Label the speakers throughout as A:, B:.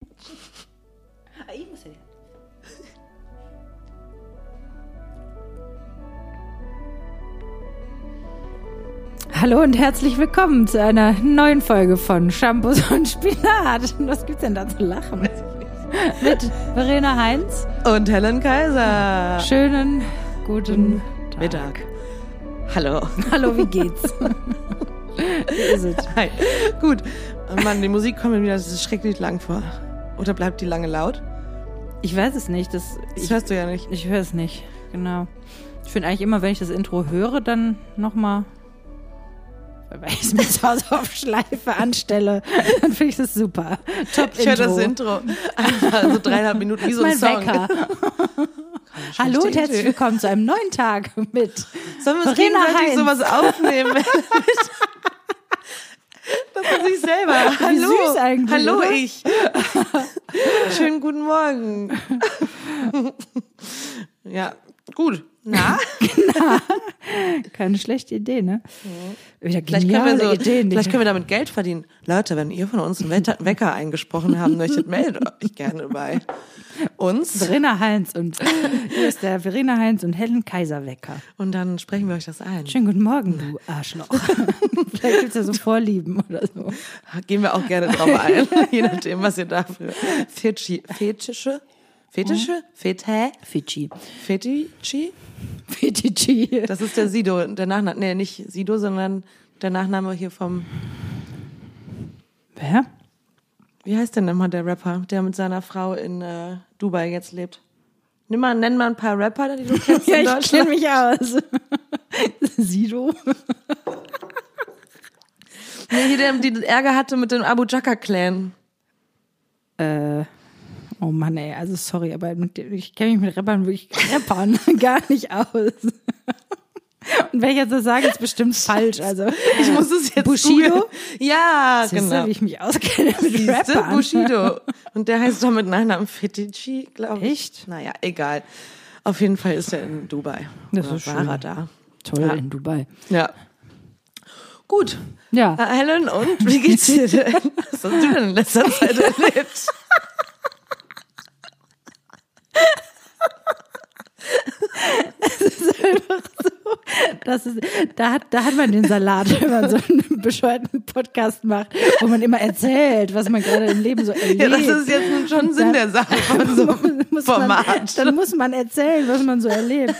A: Ah, Hallo und herzlich willkommen zu einer neuen Folge von Shampoos und Spinat. Was gibt's denn da zu lachen? Mit Verena Heinz.
B: Und Helen Kaiser.
A: Schönen guten Tag.
B: Mittag. Hallo.
A: Hallo, wie geht's? wie ist es?
B: Hi. Gut. Oh Mann, die Musik kommt mir wieder das ist schrecklich lang vor. Oder bleibt die lange laut?
A: Ich weiß es nicht. Das,
B: Das
A: ich
B: hörst du ja nicht.
A: ich höre es nicht. Genau. Ich finde eigentlich immer, wenn ich das Intro höre, dann nochmal. Weil ich es mir zu Hause auf Schleife anstelle, dann finde ich das super. Top
B: Ich höre das Intro. Einfach so dreieinhalb Minuten wie so ein
A: mein
B: Song.
A: Wecker. Hallo und herzlich willkommen zu einem neuen Tag mit.
B: Sollen wir uns
A: Verena
B: gegenseitig
A: Heinz.
B: sowas aufnehmen? Das man sich selber.
A: Wie
B: Hallo.
A: süß eigentlich,
B: Hallo
A: oder?
B: ich. Schönen guten Morgen. Ja, gut. Na?
A: Keine schlechte Idee, ne? Wieder
B: Vielleicht können,
A: geniale
B: wir so,
A: Ideen. die
B: vielleicht können wir damit Geld verdienen. Leute, wenn ihr von uns einen Wetter, Wecker eingesprochen haben möchtet, meldet euch gerne bei uns.
A: Verena Heinz und hier ist der Verena Heinz und Helen Kaiser Wecker.
B: Und dann sprechen wir euch das ein.
A: Schönen guten Morgen, du Arschloch. Vielleicht gibt's ja so Vorlieben oder so.
B: Gehen wir auch gerne drauf ein, je nachdem, was ihr dafür. Fetschi, Fetische?
A: Hm?
B: Fetische? Fete?
A: Fidschi.
B: Fetischi?
A: Fidschi.
B: Das ist der Sido, der Nachname. Nee, nicht Sido, sondern der Nachname hier vom,
A: Wer?
B: wie heißt denn immer der Rapper, der mit seiner Frau in äh, Dubai jetzt lebt? Nimm mal, nenn mal ein paar Rapper, die du kennst in
A: Ja, ich
B: Deutschland.
A: kenne mich aus. Sido.
B: Nee, hier, der die Ärger hatte mit dem Abu Jaka Clan.
A: Oh Mann, ey, also sorry, aber mit, dem- ich kenne mich mit Rappern wirklich Rappern gar nicht aus. Und wenn ich jetzt das sage, ist bestimmt falsch. Also
B: Ich muss es jetzt
A: Bushido?
B: googeln. Ja,
A: Siehst du,
B: genau.
A: wie ich mich auskenne mit
B: Siehste,
A: Rappern.
B: Bushido. Und der heißt doch mit Nachnamen Fetici, glaube ich.
A: Echt?
B: Naja, egal. Auf jeden Fall ist er in Dubai.
A: Das
B: Oder
A: ist
B: war
A: schön.
B: er da.
A: Toll
B: Ja.
A: in Dubai.
B: Ja. Gut.
A: Ja.
B: Äh, Helen, und wie geht's dir denn? Was hast du denn in letzter Zeit erlebt?
A: Das ist, da, hat, da hat man den Salat, wenn man so einen bescheuerten Podcast macht, wo man immer erzählt, was man gerade im Leben so erlebt.
B: Ja, das ist jetzt nun schon Sinn der Sache von so einem
A: muss Man,
B: Format.
A: dann muss man erzählen, was man so erlebt.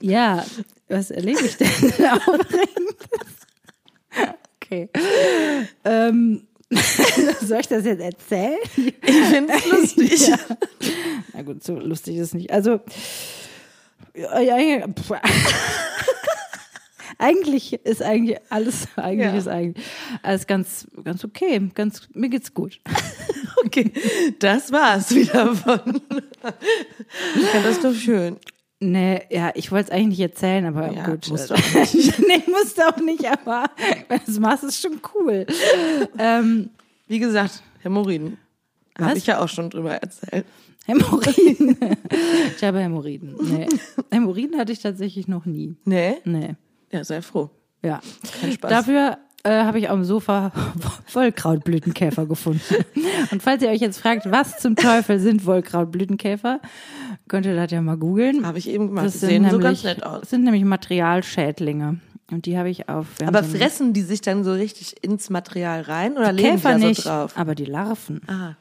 A: ja, was erlebe ich denn aufregend? okay. Ähm, soll ich das jetzt erzählen?
B: Ich finde es lustig.
A: Ja. Na gut, so lustig ist es nicht. Also, ja, ja, ja, pf. eigentlich ist eigentlich alles, eigentlich
B: Ja.
A: ist eigentlich alles ganz, ganz okay. Ganz, mir geht's gut.
B: Okay, das war's wieder von. ja, das ist doch schön.
A: Nee, ja, ich wollte es eigentlich nicht erzählen, aber
B: Ja,
A: gut. Musst
B: musst du
A: du
B: auch
A: nee, musst du auch nicht, aber wenn du es machst, ist schon cool. Ähm,
B: Wie gesagt, Hämorrhoiden.
A: Was?
B: Habe ich ja auch schon drüber erzählt.
A: Hämorrhoiden. ich habe Hämorrhoiden. Nee. Hämorrhoiden hatte ich tatsächlich noch nie.
B: Nee?
A: Nee.
B: Ja, sei froh.
A: Ja.
B: Kein Spaß.
A: Dafür äh, habe ich am Sofa Wollkrautblütenkäfer gefunden. Und falls ihr euch jetzt fragt, was zum Teufel sind Wollkrautblütenkäfer, könnt ihr das ja mal googeln.
B: Habe ich eben gemacht.
A: Das
B: Ah, Die
A: sind
B: sehen
A: nämlich,
B: so ganz nett aus.
A: sind nämlich Materialschädlinge. Und die habe ich auf. wir haben
B: Aber
A: so einen-
B: fressen die sich dann so richtig ins Material rein oder leben
A: Käfer
B: die da
A: nicht,
B: so drauf?
A: aber die Larven,
B: Ah,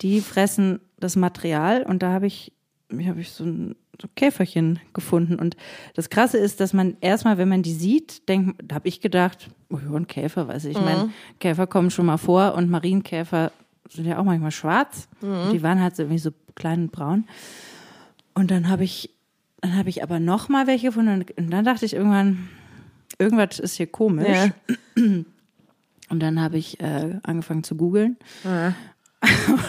A: die fressen das Material und da habe ich, hier habe ich so ein so Käferchen gefunden und das Krasse ist, dass man erstmal, wenn man die sieht, denkt, da habe ich gedacht, oh ja, ein Käfer, weiß ich, ich
B: Mhm.
A: meine, Käfer kommen schon mal vor und Marienkäfer sind ja auch manchmal schwarz,
B: Mhm.
A: Und die waren halt so irgendwie so klein und braun und dann habe ich, dann habe ich aber noch mal welche gefunden und- und dann dachte ich irgendwann, irgendwas ist hier komisch.
B: ja.
A: Und dann habe ich äh, angefangen zu googeln.
B: Ja.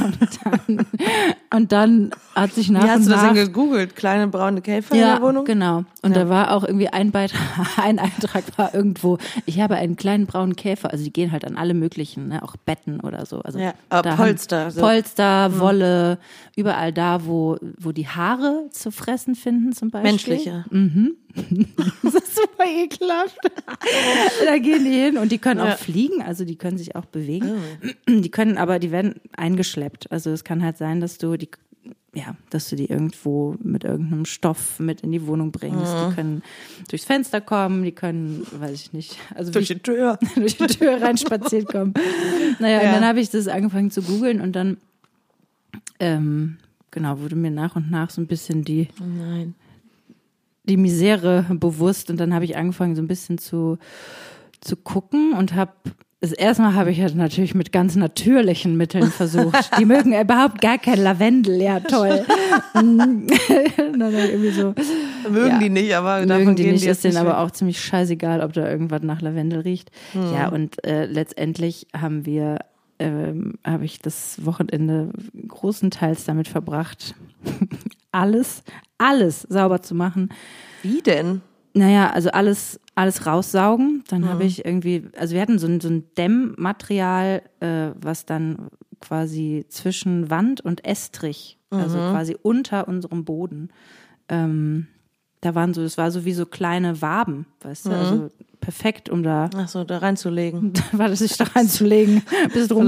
A: Und dann hat sich nach
B: Wie hast
A: und
B: du das
A: nach
B: denn gegoogelt? Kleine braune Käfer
A: ja,
B: in der Wohnung?
A: genau. Und da war auch irgendwie ein Beitrag, ein Eintrag war irgendwo, ich habe einen kleinen braunen Käfer. Also die gehen halt an alle möglichen, ne? auch Betten oder so. Also
B: Ja, aber
A: da
B: Polster,
A: haben-
B: so. Mhm.
A: Polster, Wolle, überall da, wo, wo die Haare zu fressen finden zum Beispiel.
B: Menschliche.
A: Das ist super ekelhaft. da gehen die hin und die können
B: Ja.
A: auch fliegen, also die können sich Oh. auch bewegen. Die können aber, die werden eingeschleppt. Also es kann halt sein, dass du, die ja, dass du die irgendwo mit irgendeinem Stoff mit in die Wohnung bringst. Die können durchs Fenster kommen, die können, weiß ich nicht, also
B: Durch
A: wie-
B: die Tür.
A: durch die Tür reinspaziert kommen. Naja,
B: Ja.
A: und dann habe ich das angefangen zu googeln und dann, ähm, genau, wurde mir nach und nach so ein bisschen die
B: Nein.
A: die Misere bewusst und dann habe ich angefangen so ein bisschen zu zu gucken und habe das erste Mal habe ich ja natürlich mit ganz natürlichen Mitteln versucht. Die mögen überhaupt gar kein Lavendel, ja toll. Mm. Und dann irgendwie so
B: Mögen
A: Ja.
B: die nicht, aber davon
A: mögen die
B: gehen
A: nicht,
B: die
A: ist
B: jetzt
A: denen
B: nicht
A: aber
B: weg. Hm.
A: auch ziemlich scheißegal, ob da irgendwas nach Lavendel riecht. Ja, und äh, letztendlich haben wir, ähm, habe ich das Wochenende großenteils damit verbracht, alles, alles sauber zu machen.
B: Wie denn?
A: Naja, also alles, alles raussaugen. Dann habe ich irgendwie, also wir hatten so ein, so ein Dämmmaterial, äh, was dann quasi zwischen Wand und Estrich, also quasi unter unserem Boden. Ähm, da waren so, es war so wie so kleine Waben, weißt du, also perfekt, um da,
B: Ach so, da reinzulegen.
A: war das sich da reinzulegen, ein bisschen drum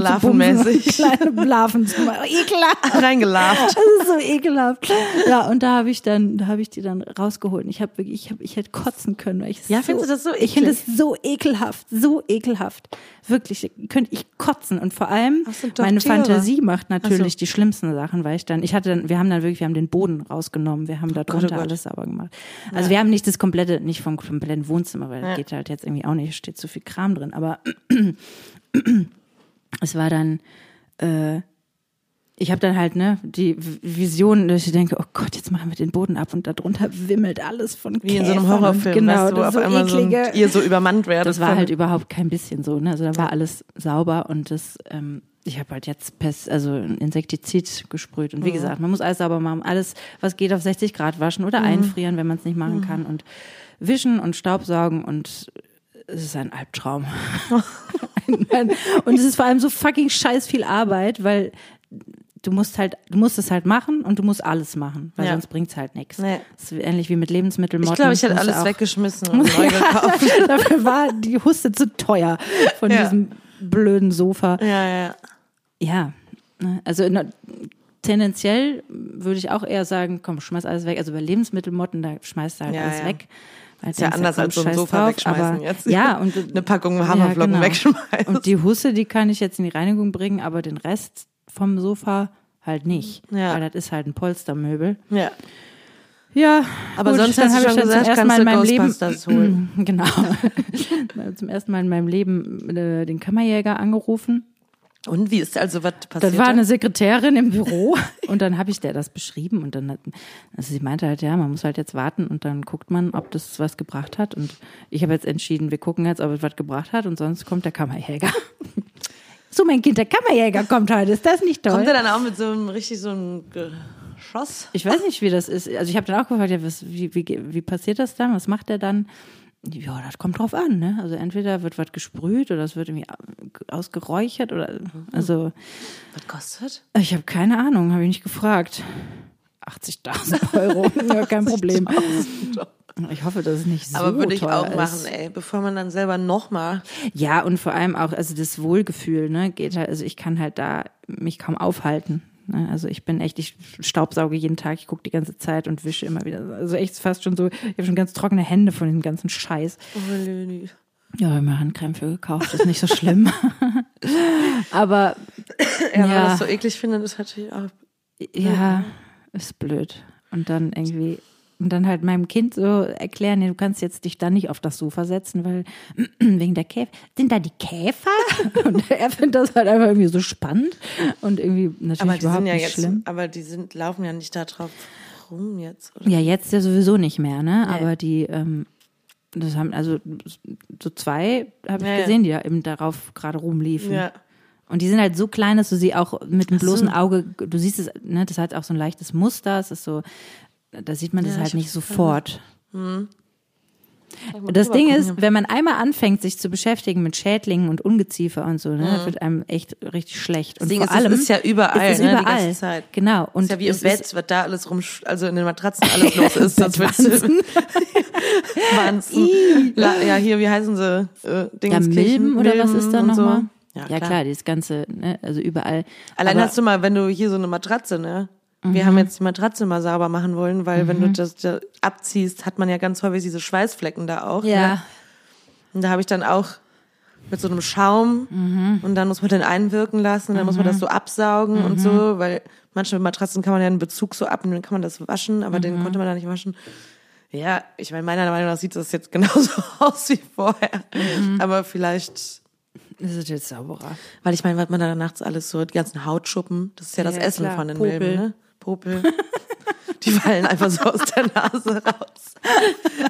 A: zu bumsen,
B: larvenmäßig.
A: kleine Blaven zu machen. Ekelhaft.
B: Reingelaufen.
A: Das ist so ekelhaft. Ja, und da habe ich dann, da habe ich die dann rausgeholt. Und Ich habe wirklich, ich habe, ich hätte kotzen können. Weil ich es
B: Ja,
A: so,
B: findest du das so
A: Ich finde es so ekelhaft, so ekelhaft. Wirklich, könnte ich kotzen. Und vor allem,
B: Ach, sind doch
A: meine
B: Tiere.
A: Fantasie macht natürlich
B: Ach so.
A: die schlimmsten Sachen, weil ich dann, ich hatte dann, wir haben dann wirklich, wir haben den Boden rausgenommen, wir haben da
B: oh
A: drunter
B: Gott.
A: alles sauber gemacht. Also wir haben nicht das komplette, nicht vom kompletten Wohnzimmer, weil das geht halt jetzt irgendwie auch nicht, steht so viel Kram drin. Aber es war dann, äh, ich habe dann halt ne die V- Vision, dass ich denke, oh Gott, jetzt machen wir den Boden ab und darunter wimmelt alles von
B: Wie in so einem
A: Käfern und
B: Horrorfilm,
A: Genau,
B: weißt du, wo
A: das
B: auf
A: ist so
B: einmal
A: eklige.
B: so ein, ihr so übermannt werdet.
A: das war
B: von-
A: halt überhaupt kein bisschen so, ne? Also da war alles sauber und das, ähm, ich habe halt jetzt Pest, also ein Insektizid gesprüht.
B: Mhm.
A: Und wie gesagt, man muss alles sauber machen, alles, was geht, auf 60 Grad waschen
B: Mhm.
A: oder einfrieren, wenn man es nicht machen kann. Und wischen und Staubsaugen und es ist ein Albtraum. Nein. und es ist vor allem so fucking scheiß viel Arbeit, weil du musst halt, du musst es halt machen und du musst alles machen, weil
B: Ja.
A: sonst bringt's halt nichts.
B: Nee.
A: Das ist ähnlich wie mit Lebensmittelmotten.
B: Ich glaube, ich hätte
A: Musst du
B: alles
A: auch-
B: weggeschmissen und neu gekauft.
A: Dafür war die Huste zu teuer von
B: Ja.
A: diesem blöden Sofa.
B: Ja, ja.
A: Ja, ne, also in, der- tendenziell würde ich auch eher sagen, komm, schmeiß alles weg. Also bei Lebensmittelmotten, da schmeißt du halt
B: Ja,
A: alles
B: ja.
A: weg. Weil
B: Ist ja anders als so ein Sofa wegschmeißen jetzt.
A: Ja, und
B: Eine Packung Haferflocken wegschmeißen.
A: Und die Husse, die kann ich jetzt in die Reinigung bringen, aber den Rest vom Sofa halt nicht.
B: Ja.
A: Weil das ist halt ein Polstermöbel.
B: ja.
A: Ja,
B: Aber
A: gut,
B: sonst
A: dann
B: hast
A: habe
B: du
A: ich dann
B: schon gesagt,
A: zum ersten
B: kannst
A: Mal
B: du
A: in meinem Leben
B: Ghostbusters holen.
A: Genau. Zum ersten Mal in meinem Leben äh, den Kammerjäger angerufen.
B: Und wie ist also was passiert?
A: Das war
B: da?
A: eine Sekretärin im Büro und dann habe ich der das beschrieben und dann hat, also sie meinte halt, ja, man muss halt jetzt warten und dann guckt man, ob das was gebracht hat und ich habe jetzt entschieden, wir gucken jetzt, ob es was gebracht hat und sonst kommt der Kammerjäger. So, mein Kind, der Kammerjäger kommt heute, ist das nicht toll?
B: Kommt er dann auch mit so einem richtig so einem Geschoss?
A: Ich weiß nicht, wie das ist. Also ich habe dann auch gefragt, ja, was, wie, wie, ge- wie passiert das dann? Was macht er dann? Ja, das kommt drauf an, ne? Also entweder wird was gesprüht oder es wird irgendwie au- ausgeräuchert oder
B: Mhm.
A: also
B: Was kostet?
A: ich habe keine Ahnung, habe ich nicht gefragt. 80.000 Euro, ja, kein Problem. Ich hoffe, das ist nicht so
B: Aber würde ich
A: teuer
B: auch
A: ist.
B: machen, ey, bevor man dann selber nochmal.
A: Ja, und vor allem auch, also das Wohlgefühl, ne, geht halt, also ich kann halt da mich kaum aufhalten. Ne? Also ich bin echt, ich staubsauge jeden Tag, ich gucke die ganze Zeit und wische immer wieder. Also echt fast schon so, ich habe schon ganz trockene Hände von dem ganzen Scheiß.
B: Oh,
A: Ja, hab mir Handcreme für gekauft, ist nicht so schlimm. Aber
B: Ja, wenn man
A: Ja.
B: das so eklig findet, ist natürlich auch. Äh, ne?
A: ja, ist blöd. Und dann irgendwie. Und dann halt meinem Kind so erklären, nee, du kannst jetzt dich da nicht auf das Sofa setzen, weil wegen der Käfer. Sind da die Käfer? Und er findet das halt einfach irgendwie so spannend und irgendwie natürlich
B: Aber die
A: überhaupt
B: sind ja
A: nicht
B: jetzt,
A: schlimm.
B: aber die sind, laufen ja nicht da drauf rum jetzt. Oder?
A: Ja, jetzt ja sowieso nicht mehr, ne? Aber die, ähm, das haben, also so zwei habe ich
B: Ja, ja.
A: gesehen, die ja eben darauf gerade rumliefen.
B: Ja.
A: Und die sind halt so klein, dass du sie auch mit dem
B: so.
A: bloßen Auge, du siehst es, ne, das hat auch so ein leichtes Muster, es ist so, da sieht man das
B: Ja, ich
A: halt nicht
B: hab's Hm.
A: sofort. Das Ding ist, wenn man einmal anfängt, sich zu beschäftigen mit Schädlingen und Ungeziefer und so, ne, wird einem echt richtig schlecht. Und
B: Ding
A: vor
B: ist, Hm. es
A: allem,
B: ist ja überall,
A: es ist
B: ne, die
A: überall.
B: ganze Zeit.
A: Genau. Und
B: ist ja wie im
A: es ist-
B: Bett, was da alles rum, also in den Matratzen alles los ist. Das willst du. Wanzen. La- ja, hier, wie heißen sie? Äh,
A: Ja,
B: Dingenskirchen,
A: Milben oder was
B: Milben
A: ist da
B: und so.
A: nochmal?
B: Ja,
A: Ja, klar, dieses ganze, ne, also überall.
B: Allein
A: Aber- Mhm.
B: hast du mal, wenn du hier so eine Matratze, ne? Wir haben jetzt die Matratze mal sauber machen wollen, weil wenn du das, das abziehst, hat man ja ganz häufig diese Schweißflecken da auch. Ne?
A: Ja.
B: Und da habe ich dann auch mit so einem Schaum
A: Mhm.
B: und dann muss man den einwirken lassen und dann muss man das so absaugen und so, weil manche Matratzen kann man ja einen Bezug so abnehmen, dann kann man das waschen, aber
A: Mhm.
B: den konnte man da nicht waschen. Ja, ich meine, meiner Meinung nach sieht das jetzt genauso aus wie vorher.
A: Mhm.
B: Aber vielleicht,
A: Das ist jetzt sauberer.
B: weil ich meine, was man da nachts alles so, die ganzen Hautschuppen, das ist ja das
A: Ja,
B: Essen
A: klar.
B: von den
A: Popel.
B: Milben, ne? Popel. Die fallen einfach so aus der Nase raus.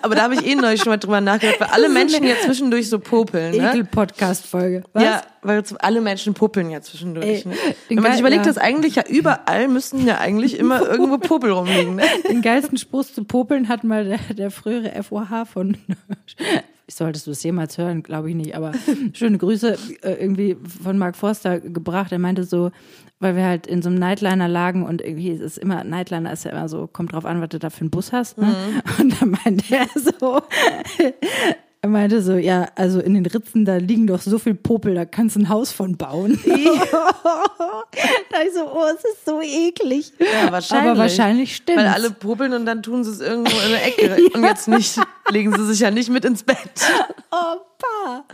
B: Aber da habe ich eh neulich schon mal drüber nachgedacht, weil alle Menschen ja zwischendurch so popeln. Ne?
A: Ekel-Podcast-Folge.
B: Ja, weil z- alle Menschen puppeln ja
A: Ey,
B: zwischendurch. Ne?
A: den
B: Wenn man
A: Geil-
B: sich überlegt,
A: ja.
B: dass eigentlich ja überall müssen ja eigentlich immer irgendwo Puppel rumliegen. Ne?
A: Den geilsten Spruch zu popeln hat mal der, der frühere FOH von. Solltest du es jemals hören, glaube ich nicht, aber schöne Grüße äh, irgendwie von Mark Forster gebracht. Er meinte so, weil wir halt in so einem Nightliner lagen und irgendwie ist es immer, Nightliner ist ja immer so, kommt drauf an, was du da für einen Bus hast. Ne?
B: Mhm.
A: Und dann meinte er so, er meinte so, ja, also in den Ritzen, da liegen doch so viel Popel, da kannst du ein Haus von bauen. da ich so, oh, es ist so eklig.
B: Ja, wahrscheinlich.
A: Aber wahrscheinlich stimmt.
B: Weil alle puppeln und dann tun sie es irgendwo in der Ecke. Und jetzt nicht, legen sie sich ja nicht mit ins Bett.
A: Opa.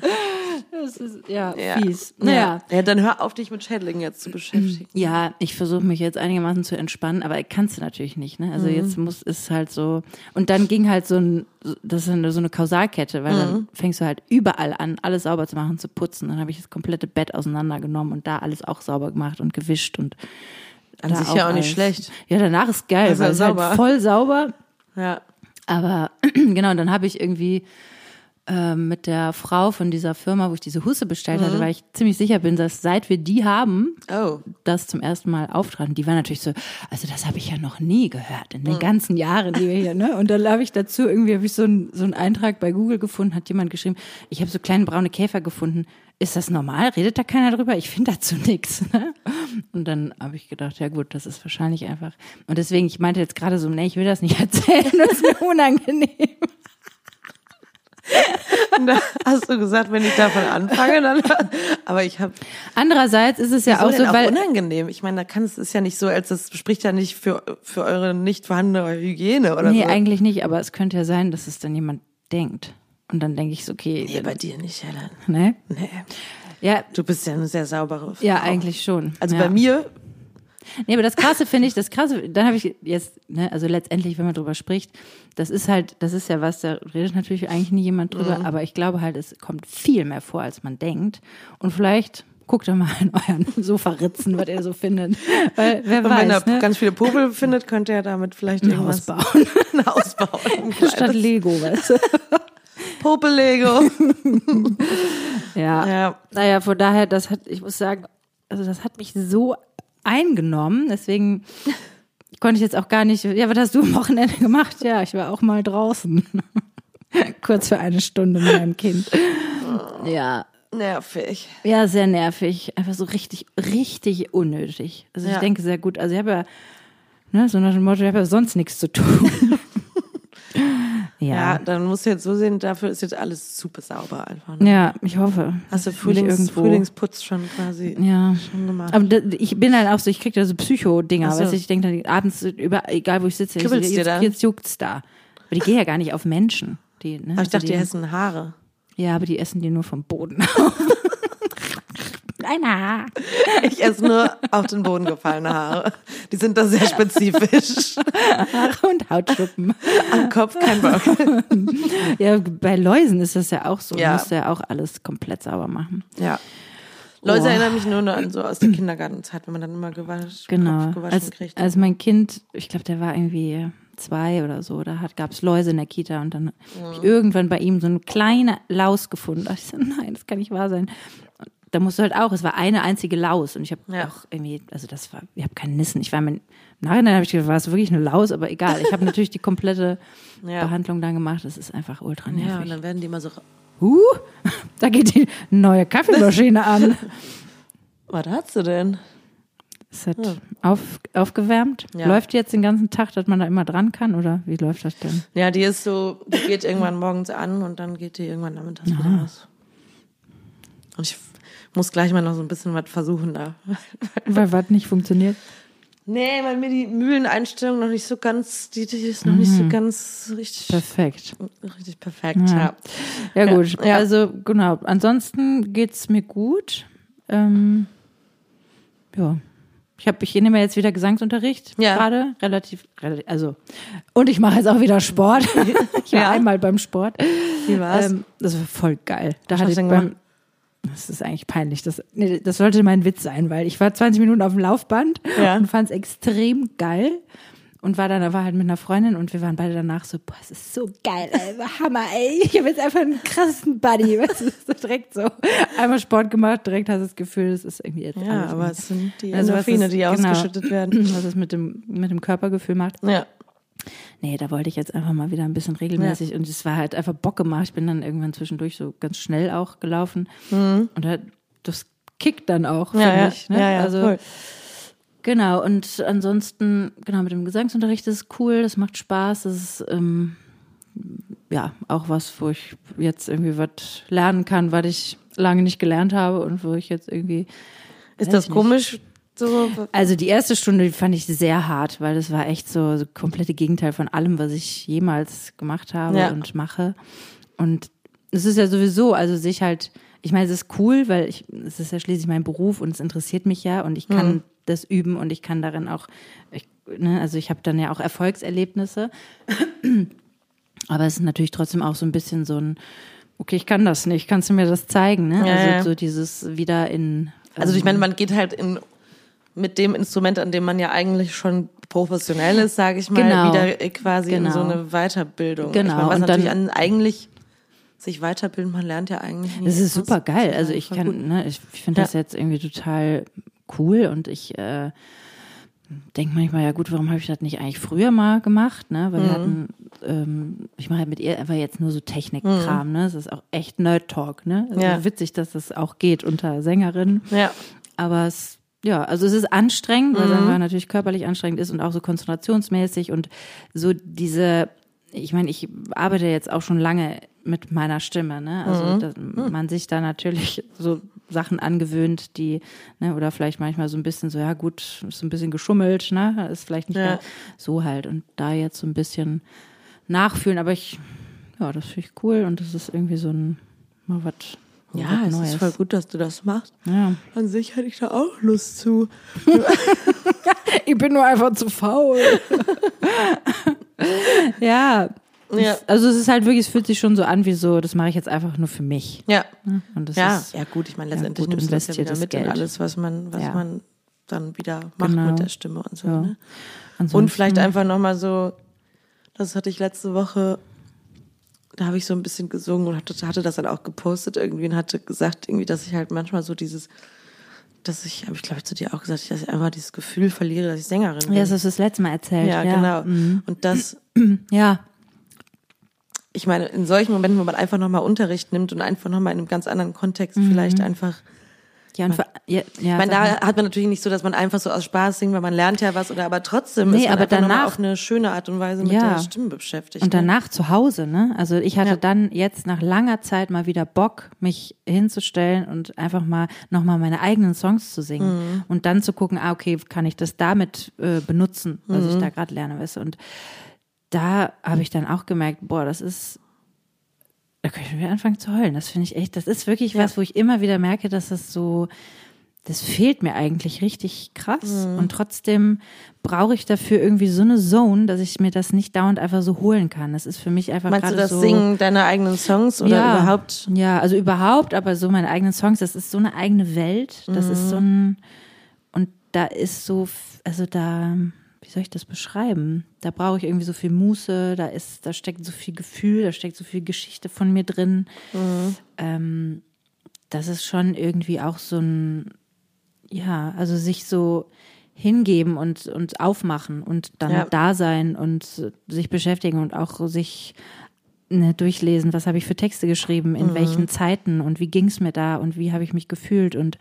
A: Das ist ja,
B: Ja.
A: fies. Naja.
B: Ja. ja, dann hör auf, dich mit Schädlingen jetzt zu beschäftigen.
A: Ja, ich versuche mich jetzt einigermaßen zu entspannen, aber kannst du natürlich nicht, ne? Also jetzt muss ist halt so und dann ging halt so ein das ist eine, so eine Kausalkette, weil dann fängst du halt überall an, alles sauber zu machen, zu putzen. Dann habe ich das komplette Bett auseinandergenommen und da alles auch sauber gemacht und gewischt und
B: An
A: da
B: sich ja auch nicht
A: alles.
B: schlecht.
A: Ja, danach ist geil,
B: Also
A: weil es halt
B: sauber.
A: voll sauber.
B: Ja.
A: Aber genau, und dann habe ich irgendwie ähm, mit der Frau von dieser Firma, wo ich diese Husse bestellt hatte, weil ich ziemlich sicher bin, dass seit wir die haben,
B: Oh.
A: das zum ersten Mal auftraten. Die war natürlich so, also das habe ich ja noch nie gehört
B: Mhm.
A: in den ganzen Jahren, die wir hier, ne? Und dann habe ich dazu irgendwie habe ich so einen so einen Eintrag bei Google gefunden, hat jemand geschrieben, ich habe so kleine braune Käfer gefunden. Ist das normal? Redet da keiner drüber? Ich finde dazu nichts. Ne? Und dann habe ich gedacht, ja gut, das ist wahrscheinlich einfach. Und deswegen, ich meinte jetzt gerade so, nee, ich will das nicht erzählen, das ist mir unangenehm.
B: Und da hast du gesagt, wenn ich davon anfange, dann. Aber ich habe
A: Andererseits ist es ja
B: Wieso
A: auch so,
B: denn
A: weil
B: unangenehm. Ich meine, da kann es ist ja nicht so, als das spricht ja nicht für für eure nicht vorhandene Hygiene oder
A: Nee,
B: so.
A: eigentlich nicht, aber es könnte ja sein, dass es dann jemand denkt. Und dann denke ich so, okay,
B: Nee, bei dir nicht, Helen.
A: ne?
B: Nee.
A: Ja,
B: Du bist ja eine sehr saubere Frau.
A: ja, eigentlich schon.
B: Also
A: ja.
B: bei mir,
A: Nee, aber das Krasse finde ich, das Krasse, dann habe ich jetzt, ne, also letztendlich, wenn man drüber spricht, das ist halt, das ist ja was, da redet natürlich eigentlich nie jemand drüber,
B: Mhm.
A: aber ich glaube halt, es kommt viel mehr vor, als man denkt. Und vielleicht guckt ihr mal in euren Sofa-Ritzen, was ihr so findet. Weil, wer
B: und wenn
A: weiß,
B: er
A: ne?
B: ganz viele Popel findet, könnte er damit vielleicht
A: Ein Haus
B: irgendwas
A: bauen.
B: ein Haus bauen.
A: Statt Lego, weißt du?
B: Popel-Lego.
A: Ja.
B: Ja.
A: Naja, von daher, das hat, ich muss sagen, also das hat mich so eingenommen, deswegen konnte ich jetzt auch gar nicht, ja, was hast du am Wochenende gemacht? Ja, ich war auch mal draußen. Kurz für eine Stunde mit meinem Kind. Ja.
B: Nervig.
A: Ja, sehr nervig. Einfach so richtig, richtig unnötig. Also ich
B: Ja.
A: denke sehr gut. Also ich habe ja, ne, so nach dem Motto, ich habe ja sonst nichts zu tun.
B: Ja,
A: ja.
B: dann musst du jetzt so sehen, dafür ist jetzt alles super sauber einfach. Ne?
A: Ja, ich hoffe.
B: Hast du
A: dass ich mich
B: Frühlings, Frühlingsputz schon quasi
A: Ja.
B: schon gemacht?
A: Aber da, ich bin dann auch so, ich krieg da so Psycho-Dinger,
B: Ach so.
A: weißt du, ich denke dann abends, über, egal wo ich sitze, ich, so,
B: Kribbelt's dir
A: jetzt,
B: da?
A: jetzt juckt's da. Aber die gehen ja gar nicht auf Menschen. Die, ne?
B: Aber ich dachte,
A: die,
B: die essen Haare.
A: Ja, aber die essen die nur vom Boden auf. Ein Haar.
B: Ich esse nur auf den Boden gefallene Haare. Die sind da sehr spezifisch.
A: Haare und Hautschuppen.
B: Am Kopf kein Bock.
A: Ja, bei Läusen ist das ja auch so.
B: Ja.
A: Ja. Musst du ja auch alles komplett sauber machen.
B: Ja. Leute
A: Boah.
B: erinnern mich nur noch an so aus der Kindergartenzeit, wenn man dann immer gewaschen,
A: Genau.
B: Kopf gewaschen
A: Als,
B: kriegt.
A: als mein Kind, ich glaube, der war irgendwie zwei oder so, da hat, gab's Läuse in der Kita und dann hab ich irgendwann bei ihm so eine kleine Laus gefunden. Da dachte ich so, nein, das kann nicht wahr sein. Und da musst du halt auch, es war eine einzige Laus und ich habe
B: Ja.
A: auch irgendwie, also das war, ich habe keinen Nissen. Ich war mein, im Nachhinein habe ich gedacht, war es wirklich eine Laus, aber egal. Ich habe natürlich die komplette
B: Ja.
A: Behandlung dann gemacht. Das ist einfach ultra
B: ja, und
A: nervig.
B: dann werden die immer so,
A: huh, da geht die neue Kaffeemaschine an.
B: was hast du denn?
A: Es hat auf, aufgewärmt.
B: Ja.
A: Läuft die jetzt den ganzen Tag, dass man da immer dran kann? Oder wie läuft das denn?
B: Ja, die ist so, die geht irgendwann morgens an und dann geht die irgendwann nachmittags
A: Ah.
B: wieder aus. Und ich muss gleich mal noch so ein bisschen was versuchen da.
A: Weil was nicht funktioniert?
B: Nee, weil mir die Mühleneinstellung noch nicht so ganz, die, die ist noch nicht
A: Mhm.
B: so ganz richtig,
A: Perfekt.
B: richtig perfekt. Ja.
A: Ja, gut.
B: ja.
A: Also, genau. Ansonsten geht's mir gut. Ähm, ja. Ich, hab, ich nehme jetzt wieder Gesangsunterricht
B: Ja.
A: gerade, relativ, rela- also und ich mache jetzt auch wieder Sport. ich war
B: Ja.
A: einmal beim Sport.
B: Wie war's?
A: Ähm, das war voll geil. Da hatte
B: hast
A: ich
B: du denn
A: beim, das ist eigentlich peinlich. Das, nee, das sollte mein Witz sein, weil ich war 20 Minuten auf dem Laufband
B: Ja.
A: und fand es extrem geil. Und war dann war halt mit einer Freundin und wir waren beide danach so, boah, es ist so geil, ey, Hammer, ey. Ich habe jetzt einfach einen krassen Buddy. Weißt du, so direkt so. Einmal Sport gemacht, direkt hast du das Gefühl, das ist irgendwie jetzt
B: ja,
A: alles
B: aber es sind die
A: Also was
B: Endorphine,
A: ist-
B: die
A: genau.
B: ausgeschüttet werden.
A: was es mit dem, mit dem Körpergefühl macht.
B: Ja.
A: Nee, da wollte ich jetzt einfach mal wieder ein bisschen regelmäßig und es war halt einfach Bock gemacht. Ich bin dann irgendwann zwischendurch so ganz schnell auch gelaufen und halt, das kickt dann auch, finde
B: Mhm. Ja, ja.
A: ich. Ne?
B: ja, ja,
A: also
B: voll.
A: genau. Und ansonsten genau mit dem Gesangsunterricht das ist cool, das macht Spaß, das ist ähm, ja auch was, wo ich jetzt irgendwie was lernen kann, was ich lange nicht gelernt habe und wo ich jetzt irgendwie
B: Ist
A: weiß
B: das
A: ich nicht.
B: komisch? So,
A: also die erste Stunde die fand ich sehr hart, weil das war echt so, so komplette Gegenteil von allem, was ich jemals gemacht habe
B: Ja.
A: und mache. Und es ist ja sowieso, also sich halt, ich meine, es ist cool, weil ich, es ist ja schließlich mein Beruf und es interessiert mich ja und ich kann
B: Hm.
A: das üben und ich kann darin auch, ich, ne, also ich habe dann ja auch Erfolgserlebnisse. Aber es ist natürlich trotzdem auch so ein bisschen so ein, okay, ich kann das nicht, kannst du mir das zeigen, ne?
B: Ja,
A: also
B: ja.
A: so dieses wieder in.
B: also ich
A: ähm,
B: meine, man geht halt in, mit dem Instrument, an dem man ja eigentlich schon professionell ist, sage ich mal,
A: Genau.
B: wieder äh, quasi in so
A: Genau.
B: eine Weiterbildung.
A: Genau.
B: Ich meine, was
A: Und dann-
B: natürlich an, eigentlich sich weiterbilden, man lernt ja eigentlich nie
A: Das ist
B: etwas.
A: super geil. Also ich
B: voll gut.
A: kann, ne, ich finde das
B: Ja.
A: jetzt irgendwie total cool und ich äh, denke manchmal, ja gut, warum habe ich das nicht eigentlich früher mal gemacht, ne? Weil wir
B: Mhm.
A: hatten, ähm, ich mache halt mit ihr einfach jetzt nur so Technikkram, ne? Das ist auch echt Nerd-Talk, ne? Also
B: Mhm. Ja.
A: witzig, dass das auch geht unter Sängerinnen.
B: Ja.
A: Aber es, ja, also es ist anstrengend,
B: Mhm.
A: weil es einfach natürlich körperlich anstrengend ist und auch so konzentrationsmäßig und so diese, ich meine, ich arbeite jetzt auch schon lange mit meiner Stimme, ne? Also
B: Mhm.
A: dass man sich da natürlich so Sachen angewöhnt, die, ne, oder vielleicht manchmal so ein bisschen so, ja gut, ist so ein bisschen geschummelt, ne? Ist vielleicht nicht
B: Ja.
A: da, so halt. Und da jetzt so ein bisschen nachfühlen, aber ich, ja, das finde ich cool und das ist irgendwie so ein mal was.
B: Ja,
A: was
B: es ist voll gut, dass du das machst.
A: Ja.
B: An sich hätte ich da auch Lust zu.
A: Ich bin nur einfach zu faul. ja.
B: Ja.
A: Also es ist halt wirklich, es fühlt sich schon so an wie so, das mache ich jetzt einfach nur für mich. ne?
B: Ja.
A: Und das
B: Ja.
A: ist
B: ja, gut, ich meine, letztendlich
A: gut
B: nimmst du das ja wieder
A: investiertes
B: mit in
A: Geld.
B: alles, was man, was
A: Ja.
B: man dann wieder macht
A: Genau.
B: mit der Stimme und so.
A: Ja.
B: Ne?
A: ansonsten-
B: Und vielleicht einfach nochmal so, das hatte ich letzte Woche, da habe ich so ein bisschen gesungen und hatte, hatte das dann auch gepostet irgendwie und hatte gesagt, irgendwie, dass ich halt manchmal so dieses, dass ich, habe ich glaube ich zu dir auch gesagt, dass ich einfach dieses Gefühl verliere, dass ich Sängerin bin.
A: Ja, das hast du das letzte Mal erzählt.
B: ja, genau.
A: Mhm.
B: Und das,
A: Ja,
B: ich meine, in solchen Momenten, wo man einfach nochmal Unterricht nimmt und einfach nochmal in einem ganz anderen Kontext vielleicht einfach
A: Mhm. ja, und für, ja, ja
B: Ich meine,
A: sag mal.
B: da hat man natürlich nicht so, dass man einfach so aus Spaß singt, weil man lernt ja was oder aber trotzdem
A: Nee,
B: ist man
A: aber
B: einfach noch mal
A: danach-
B: auf eine schöne Art und Weise mit
A: Ja.
B: der Stimme beschäftigt.
A: und
B: ne?
A: danach zu Hause, ne? Also ich hatte
B: Ja.
A: dann jetzt nach langer Zeit mal wieder Bock, mich hinzustellen und einfach mal nochmal meine eigenen Songs zu
B: Mhm.
A: singen und dann zu gucken, ah, okay, kann ich das damit äh, benutzen, was
B: Mhm.
A: ich da gerade lerne, weißt du? Und da habe ich dann auch gemerkt, boah, das ist, da kann ich schon wieder anfangen zu heulen. Das finde ich echt, das ist wirklich was, wo ich immer wieder merke, dass das so, das fehlt mir eigentlich richtig krass.
B: Mhm.
A: Und trotzdem brauche ich dafür irgendwie so eine Zone, dass ich mir das nicht dauernd einfach so holen kann. Das ist für mich einfach
B: Meinst
A: gerade
B: du das
A: so.
B: Singen deiner eigenen Songs oder
A: ja,
B: überhaupt?
A: Ja, also überhaupt, aber so meine eigenen Songs, das ist so eine eigene Welt. Das ist so
B: Mhm.
A: ein, und da ist so, f- also da, wie soll ich das beschreiben? Da brauche ich irgendwie so viel Muße, da ist, da steckt so viel Gefühl, da steckt so viel Geschichte von mir drin. Ähm, das ist schon irgendwie auch so ein, ja, also sich so hingeben und, und aufmachen und dann
B: Ja.
A: da sein und sich beschäftigen und auch sich ne, durchlesen, was habe ich für Texte geschrieben,
B: Mhm.
A: in welchen Zeiten und wie ging es mir da und wie habe ich mich gefühlt und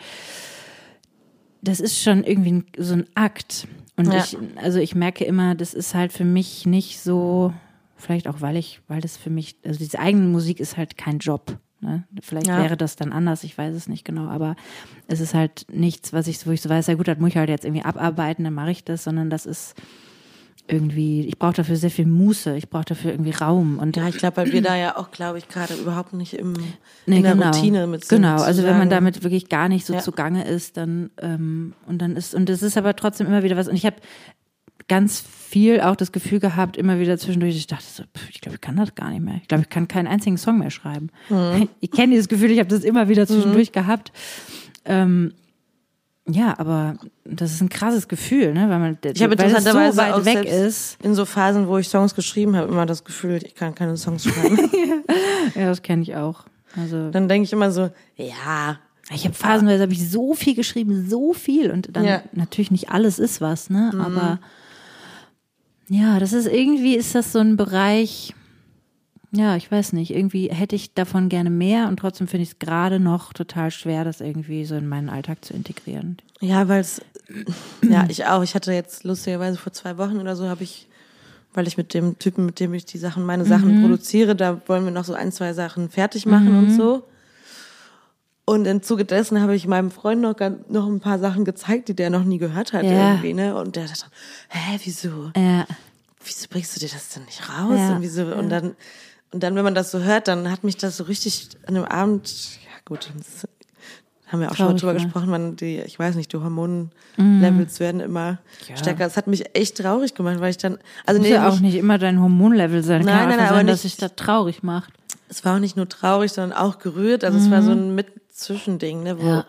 A: das ist schon irgendwie ein, so ein Akt. Und
B: Ja.
A: ich, also ich merke immer, das ist halt für mich nicht so, vielleicht auch weil ich, weil das für mich, also diese eigene Musik ist halt kein Job. Ne? Vielleicht
B: Ja.
A: wäre das dann anders, ich weiß es nicht genau, aber es ist halt nichts, was ich, wo ich so weiß, ja gut, das muss ich halt jetzt irgendwie abarbeiten, dann mache ich das, sondern das ist irgendwie, ich brauche dafür sehr viel Muße, ich brauche dafür irgendwie Raum und
B: Ja, ich glaube, weil wir da ja auch, glaube ich, gerade überhaupt nicht im,
A: Nee,
B: in der Routine mit sind.
A: Genau, also wenn man
B: sozusagen.
A: damit wirklich gar nicht so
B: Ja.
A: zugange ist, dann ähm, und dann ist und es ist aber trotzdem immer wieder was. Und ich habe ganz viel auch das Gefühl gehabt, immer wieder zwischendurch, ich dachte so, pff, ich glaube, ich kann das gar nicht mehr. Ich glaube, ich kann keinen einzigen Song mehr schreiben.
B: Mhm.
A: Ich kenne dieses Gefühl, ich habe das immer wieder zwischendurch gehabt. Ähm, ja, aber das ist ein krasses Gefühl, ne? weil man
B: Ich habe
A: weil es so
B: interessanterweise
A: weit
B: auch
A: weg ist.
B: selbst in so Phasen, wo ich Songs geschrieben habe, immer das Gefühl, ich kann keine Songs schreiben.
A: Ja, das kenne ich auch. Also
B: Dann denke ich immer so, ja,
A: Ich habe phasenweise habe ich so viel geschrieben, so viel und dann
B: Ja. Mhm.
A: natürlich nicht alles ist was, ne? Aber ja, das ist irgendwie ist das so ein Bereich. Ja, ich weiß nicht. Irgendwie hätte ich davon gerne mehr und trotzdem finde ich es gerade noch total schwer, das irgendwie so in meinen Alltag zu integrieren.
B: Ja, weil es, ja, ich auch. Ich hatte jetzt lustigerweise vor zwei Wochen oder so, habe ich, weil ich mit dem Typen, mit dem ich die Sachen, meine Sachen produziere, da wollen wir noch so ein, zwei Sachen fertig machen und so. Und im Zuge dessen habe ich meinem Freund noch, gan- noch ein paar Sachen gezeigt, die der noch nie gehört hat
A: Ja.
B: irgendwie, ne? Und der dachte, hä, wieso?
A: Ja,
B: wieso bringst du dir das denn nicht raus?
A: Ja,
B: und, wieso, und dann, und dann, wenn man das so hört, dann hat mich das so richtig an einem Abend, ja gut, das haben wir auch schon mal
A: Traurig,
B: drüber
A: ne?
B: gesprochen, man, die, ich weiß nicht, die Hormonlevels werden immer
A: Mhm. Ja.
B: stärker. Das hat mich echt traurig gemacht, weil ich dann, also
A: muss
B: nee,
A: ja auch
B: mich-
A: nicht immer dein Hormonlevel sein.
B: Nein,
A: Kann
B: nein,
A: nein,
B: aber
A: sein, dass
B: nicht-
A: sich das traurig macht.
B: es war auch nicht nur traurig, sondern auch gerührt. Also es war so ein Mit-Zwischending, ne, wo,
A: Mhm. Ja.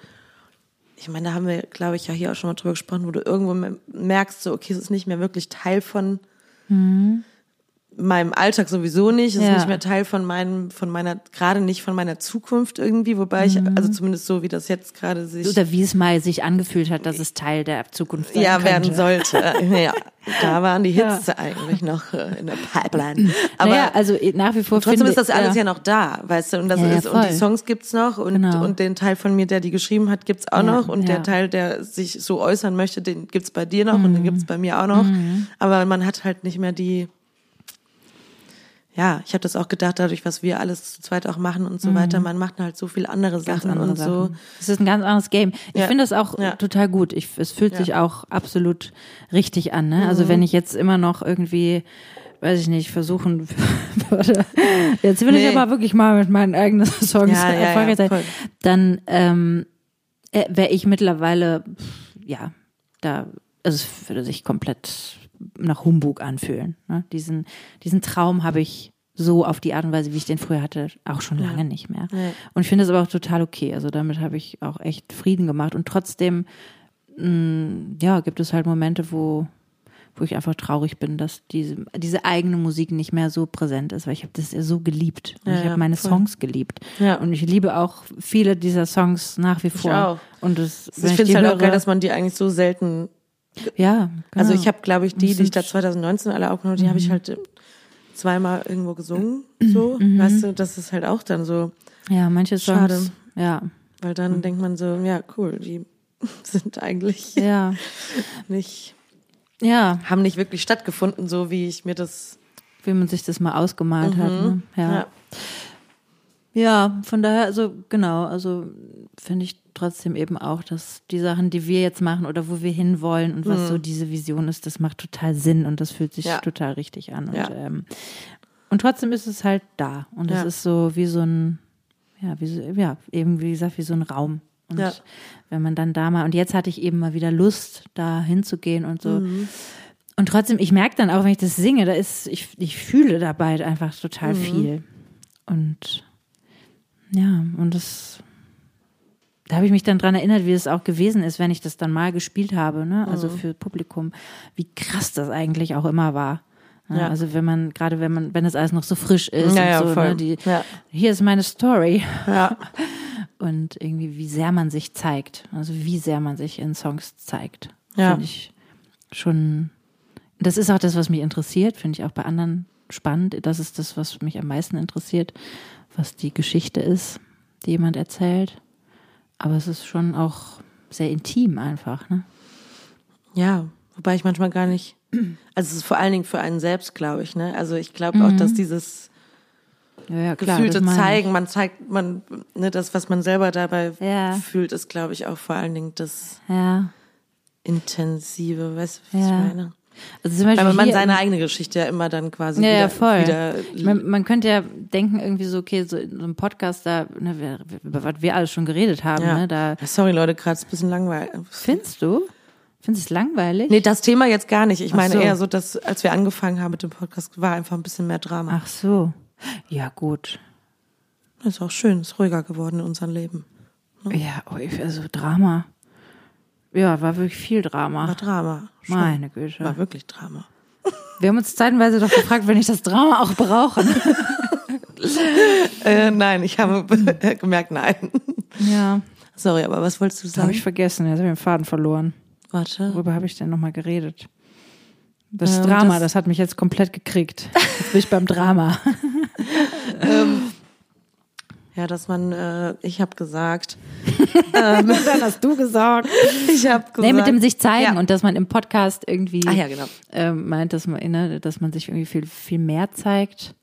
B: ich meine, da haben wir, glaube ich, ja hier auch schon mal drüber gesprochen, wo du irgendwo me- merkst, so, okay, es ist nicht mehr wirklich Teil von meinem Alltag sowieso nicht, es
A: Mhm. Ja.
B: ist nicht mehr Teil von meinem, von meiner, gerade nicht von meiner Zukunft irgendwie,
A: Mhm.
B: wobei ich, also zumindest so, wie das jetzt gerade sich
A: Oder wie es mal sich angefühlt hat, dass es Teil der Zukunft sein
B: ja,
A: könnte.
B: werden sollte. ja, da waren die Hitze eigentlich noch äh, in der Pipeline. Aber
A: naja, also eh, nach wie vor
B: Trotzdem
A: finde,
B: ist das alles
A: ja.
B: ja, noch da, weißt du, und das
A: Ja, ja,
B: ist, und die
A: voll.
B: Songs gibt's noch und,
A: Genau.
B: und den Teil von mir, der die geschrieben hat, gibt's
A: Ja,
B: auch noch und
A: ja.
B: der Teil, der sich so äußern möchte, den gibt's bei dir noch und
A: Mhm.
B: den gibt's bei mir auch noch, aber man hat halt nicht mehr die ja, ich habe das auch gedacht, dadurch, was wir alles zu zweit auch machen und so weiter, man macht halt so viel andere Sachen
A: Mhm. andere
B: und so.
A: Sachen. Es ist ein ganz anderes Game. Ich
B: Ja.
A: finde das auch
B: Ja.
A: total gut. Ich, es fühlt
B: Ja. Mhm.
A: sich auch absolut richtig an. Ne? Also wenn ich jetzt immer noch irgendwie, weiß ich nicht, versuchen würde, jetzt will
B: Nee.
A: ich aber wirklich mal mit meinen eigenen Songs
B: Ja, ja, ja,
A: erfolgreich sein,
B: voll.
A: dann ähm, wäre ich mittlerweile, pff, ja, da, also es würde sich komplett nach Humbug anfühlen. Ne? Diesen, diesen Traum habe ich so auf die Art und Weise, wie ich den früher hatte, auch schon lange nicht mehr.
B: Nee.
A: Und ich finde es aber auch total okay. Also damit habe ich auch echt Frieden gemacht. Und trotzdem, mh, ja, gibt es halt Momente, wo, wo ich einfach traurig bin, dass diese, diese eigene Musik nicht mehr so präsent ist, weil ich habe das ja so geliebt. Und
B: Ja,
A: ich habe
B: ja,
A: meine
B: voll.
A: Songs geliebt.
B: Ja.
A: Und ich liebe auch viele dieser Songs nach wie vor.
B: auch.
A: Und das,
B: Ich finde es halt auch geil, dass man die eigentlich so selten
A: ja, Mhm. genau.
B: Also ich habe, glaube ich, die,
A: Das
B: die ich
A: sind
B: da 2019 alle aufgenommen habe, die habe ich halt äh, zweimal irgendwo gesungen. So,
A: Mhm.
B: weißt du, das ist halt auch dann so,
A: ja, manche Songs.
B: Schade.
A: Ja,
B: weil dann denkt man so, ja, cool, die sind eigentlich
A: ja,
B: nicht,
A: ja,
B: haben nicht wirklich stattgefunden, so wie ich mir das.
A: wie man sich das mal ausgemalt hat. Ne?
B: Mhm. Ja.
A: Ja, von daher, also genau, also finde ich trotzdem eben auch, dass die Sachen, die wir jetzt machen oder wo wir hinwollen und was so diese Vision ist, das macht total Sinn und das fühlt sich
B: Mhm. Ja.
A: total richtig an. Und,
B: Ja.
A: ähm, und trotzdem ist es halt da und es
B: Ja.
A: ist so wie so ein, ja, wie so, ja, eben wie gesagt, wie so ein Raum. Und
B: Ja.
A: wenn man dann da mal, und jetzt hatte ich eben mal wieder Lust, da hinzugehen und so.
B: Mhm.
A: Und trotzdem, ich merke dann auch, wenn ich das singe, da ist, ich, ich fühle dabei einfach
B: Mhm.
A: total viel. Und ja, und das, da habe ich mich dann dran erinnert, wie es auch gewesen ist, wenn ich das dann mal gespielt habe, ne? also
B: Mhm.
A: für Publikum, wie krass das eigentlich auch immer war. Ne?
B: Ja.
A: Also wenn man, gerade wenn man, wenn das alles noch so frisch ist
B: Ja, ja,
A: und so,
B: voll.
A: ne? die,
B: Ja.
A: hier ist meine Story
B: Ja.
A: und irgendwie, wie sehr man sich zeigt, also wie sehr man sich in Songs zeigt,
B: Ja.
A: finde ich schon, das ist auch das, was mich interessiert, finde ich auch bei anderen spannend, das ist das, was mich am meisten interessiert, was die Geschichte ist, die jemand erzählt, aber es ist schon auch sehr intim einfach, ne?
B: Ja, wobei ich manchmal gar nicht. Also es ist vor allen Dingen für einen selbst, glaube ich. Ne? Also ich glaube auch, dass dieses
A: Ja, ja, Mhm. klar,
B: Gefühlte
A: das meine
B: zeigen. Man zeigt, man, ne, das, was man selber dabei
A: Ja.
B: fühlt, ist, glaube ich, auch vor allen Dingen das
A: Ja.
B: Intensive, weißt du,
A: Ja.
B: was ich meine?
A: Also zum Beispiel
B: Weil man
A: hier
B: seine eigene Geschichte ja immer dann quasi
A: Ja,
B: wieder,
A: ja, voll.
B: wieder
A: ich mein, man könnte ja denken, irgendwie so, okay, so in so einem Podcast, da, ne, wer- über was wir alles schon geredet haben,
B: ja.
A: ne, da
B: Sorry, Leute, gerade ist ein bisschen langweilig.
A: findest du? Findest du es langweilig?
B: Nee, das Thema jetzt gar nicht. Ich meine
A: so.
B: eher so, dass als wir angefangen haben mit dem Podcast, war einfach ein bisschen mehr Drama.
A: Ach so. Ja, gut.
B: Ist auch schön, ist ruhiger geworden in unserem Leben. Hm.
A: Ja, ui, also Drama. Ja, war wirklich viel Drama.
B: War Drama. Schon.
A: Meine Güte.
B: War wirklich Drama.
A: Wir haben uns zeitweise doch gefragt, wenn ich das Drama auch brauche.
B: Äh, nein, ich habe gemerkt, nein.
A: Ja,
B: Sorry, aber was wolltest du
A: das habe
B: sagen?
A: ich vergessen. Jetzt habe ich den Faden verloren.
B: Warte.
A: Worüber habe ich denn nochmal geredet? Das
B: Ähm,
A: Drama,
B: das-
A: das, hat mich jetzt komplett gekriegt. Jetzt bin ich beim Drama.
B: Ähm, Ja, dass man, äh, ich habe gesagt. ähm,
A: Dann hast du gesagt.
B: Ich habe gesagt.
A: Nee, mit dem sich zeigen
B: Ja.
A: und dass man im Podcast irgendwie
B: Ah ja, genau.
A: ähm, meint, dass man, ne, dass man sich irgendwie viel, viel mehr zeigt.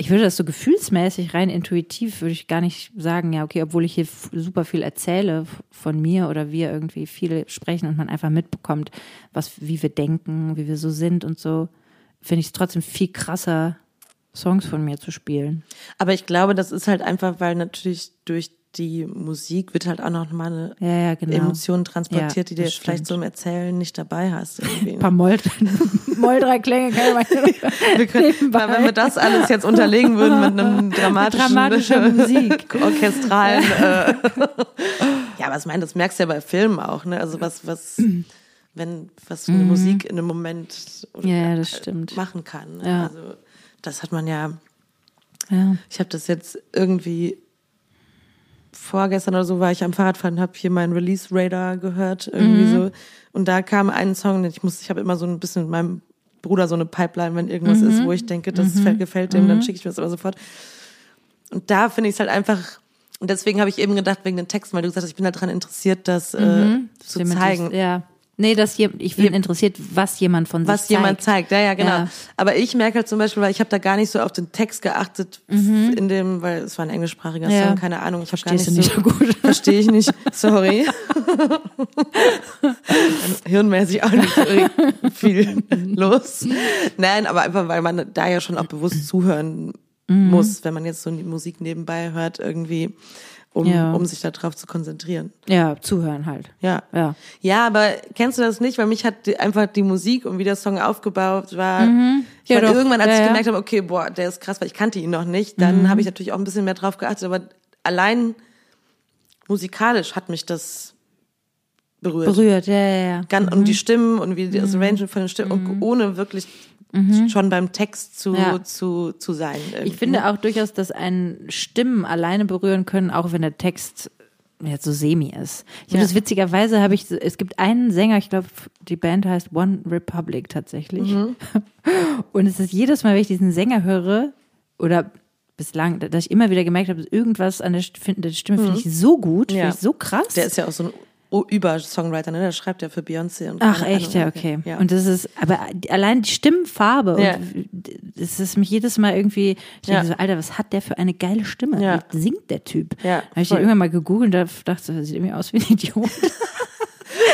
A: Ich würde das so gefühlsmäßig, rein intuitiv, würde ich gar nicht sagen, ja, okay, obwohl ich hier f- super viel erzähle f- von mir oder wir irgendwie viel sprechen und man einfach mitbekommt, was, wie wir denken, wie wir so sind und so, finde ich es trotzdem viel krasser, Songs von mir zu spielen.
B: Aber ich glaube, das ist halt einfach, weil natürlich durch die Musik wird halt auch noch mal eine
A: Ja, ja, genau.
B: Emotion transportiert,
A: Ja,
B: die du
A: das
B: jetzt vielleicht
A: stimmt.
B: so im Erzählen nicht dabei hast. Irgendwie.
A: Ein paar Moll, Moll drei Klänge, kann man
B: Wir können, weil wenn wir das alles jetzt unterlegen würden mit einem dramatischen,
A: Dramatischer Musik.
B: orchestralen. Äh, ja, aber ich meine, das merkst du ja bei Filmen auch, ne? Also was, was, wenn, was für eine Musik in einem Moment
A: Mhm.
B: äh,
A: Ja, ja, das stimmt.
B: machen kann. Ne?
A: Ja.
B: Also das hat man ja.
A: Ja.
B: Ich habe das jetzt irgendwie vorgestern oder so war ich am Fahrradfahren, habe hier meinen Release Radar gehört irgendwie so und da kam ein Song, den ich muss, ich habe immer so ein bisschen mit meinem Bruder so eine Pipeline, wenn irgendwas ist, wo ich denke, das gefällt, gefällt dem, dann schicke ich mir das immer sofort. Und da finde ich es halt einfach und deswegen habe ich eben gedacht wegen den Texten, weil du gesagt hast, ich bin daran interessiert, das äh, zu
A: Jemand
B: zeigen.
A: Ist, ja. Nee, dass je, ich bin interessiert, was jemand von sich
B: was
A: zeigt.
B: jemand zeigt. Ja, ja, genau.
A: Ja.
B: Aber ich merke halt zum Beispiel, weil ich habe da gar nicht so auf den Text geachtet in dem, weil es war ein englischsprachiger
A: Mhm. Ja.
B: Song, keine Ahnung. Ich hab gar
A: Verstehst du nicht
B: so,
A: so gut.
B: Verstehe ich nicht. Sorry. Hirnmäßig auch nicht so viel los. Nein, aber einfach, weil man da ja schon auch bewusst zuhören
A: Mhm.
B: muss, wenn man jetzt so die Musik nebenbei hört irgendwie, um,
A: Ja.
B: um sich darauf zu konzentrieren.
A: Ja, zuhören halt.
B: Ja.
A: Ja.
B: Ja, aber kennst du das nicht? Weil mich hat die, einfach die Musik und wie der Song aufgebaut war. Ich
A: Mhm. Ja,
B: meine,
A: doch.
B: irgendwann, als
A: Ja,
B: ich
A: ja. Mhm.
B: gemerkt habe, okay, boah, der ist krass, weil ich kannte ihn noch nicht, dann habe ich natürlich auch ein bisschen mehr drauf geachtet. Aber allein musikalisch hat mich das berührt.
A: Berührt, Mhm. ja, ja, ja.
B: Ganz, Und die Stimmen und wie das Arrangement von den Stimmen, und ohne wirklich schon beim Text zu,
A: Mhm. Ja.
B: zu, zu sein. Ähm, irgendwie.
A: Ich finde auch durchaus, dass einen Stimmen alleine berühren können, auch wenn der Text ja, so semi ist. Ich habe
B: Ja.
A: das witzigerweise, habe ich, es gibt einen Sänger, ich glaube, die Band heißt One Republic tatsächlich. Und es ist jedes Mal, wenn ich diesen Sänger höre, oder bislang, dass ich immer wieder gemerkt habe, irgendwas an der Stimme, der Stimme finde ich so gut,
B: Ja.
A: finde ich so krass.
B: der ist ja auch so ein O- Über-Songwriter, ne? Der schreibt ja für Beyoncé und
A: Ach
B: keine
A: echt,
B: Ahnung,
A: ja, okay.
B: Ja.
A: Und das ist, aber allein die Stimmfarbe,
B: Ja.
A: und es ist mich jedes Mal irgendwie, ich denke
B: Ja.
A: so, Alter, was hat der für eine geile Stimme?
B: Ja.
A: Wie singt der Typ?
B: Ja,
A: Habe ich
B: voll.
A: den irgendwann mal gegoogelt und da dachte, so, der sieht irgendwie aus wie ein Idiot.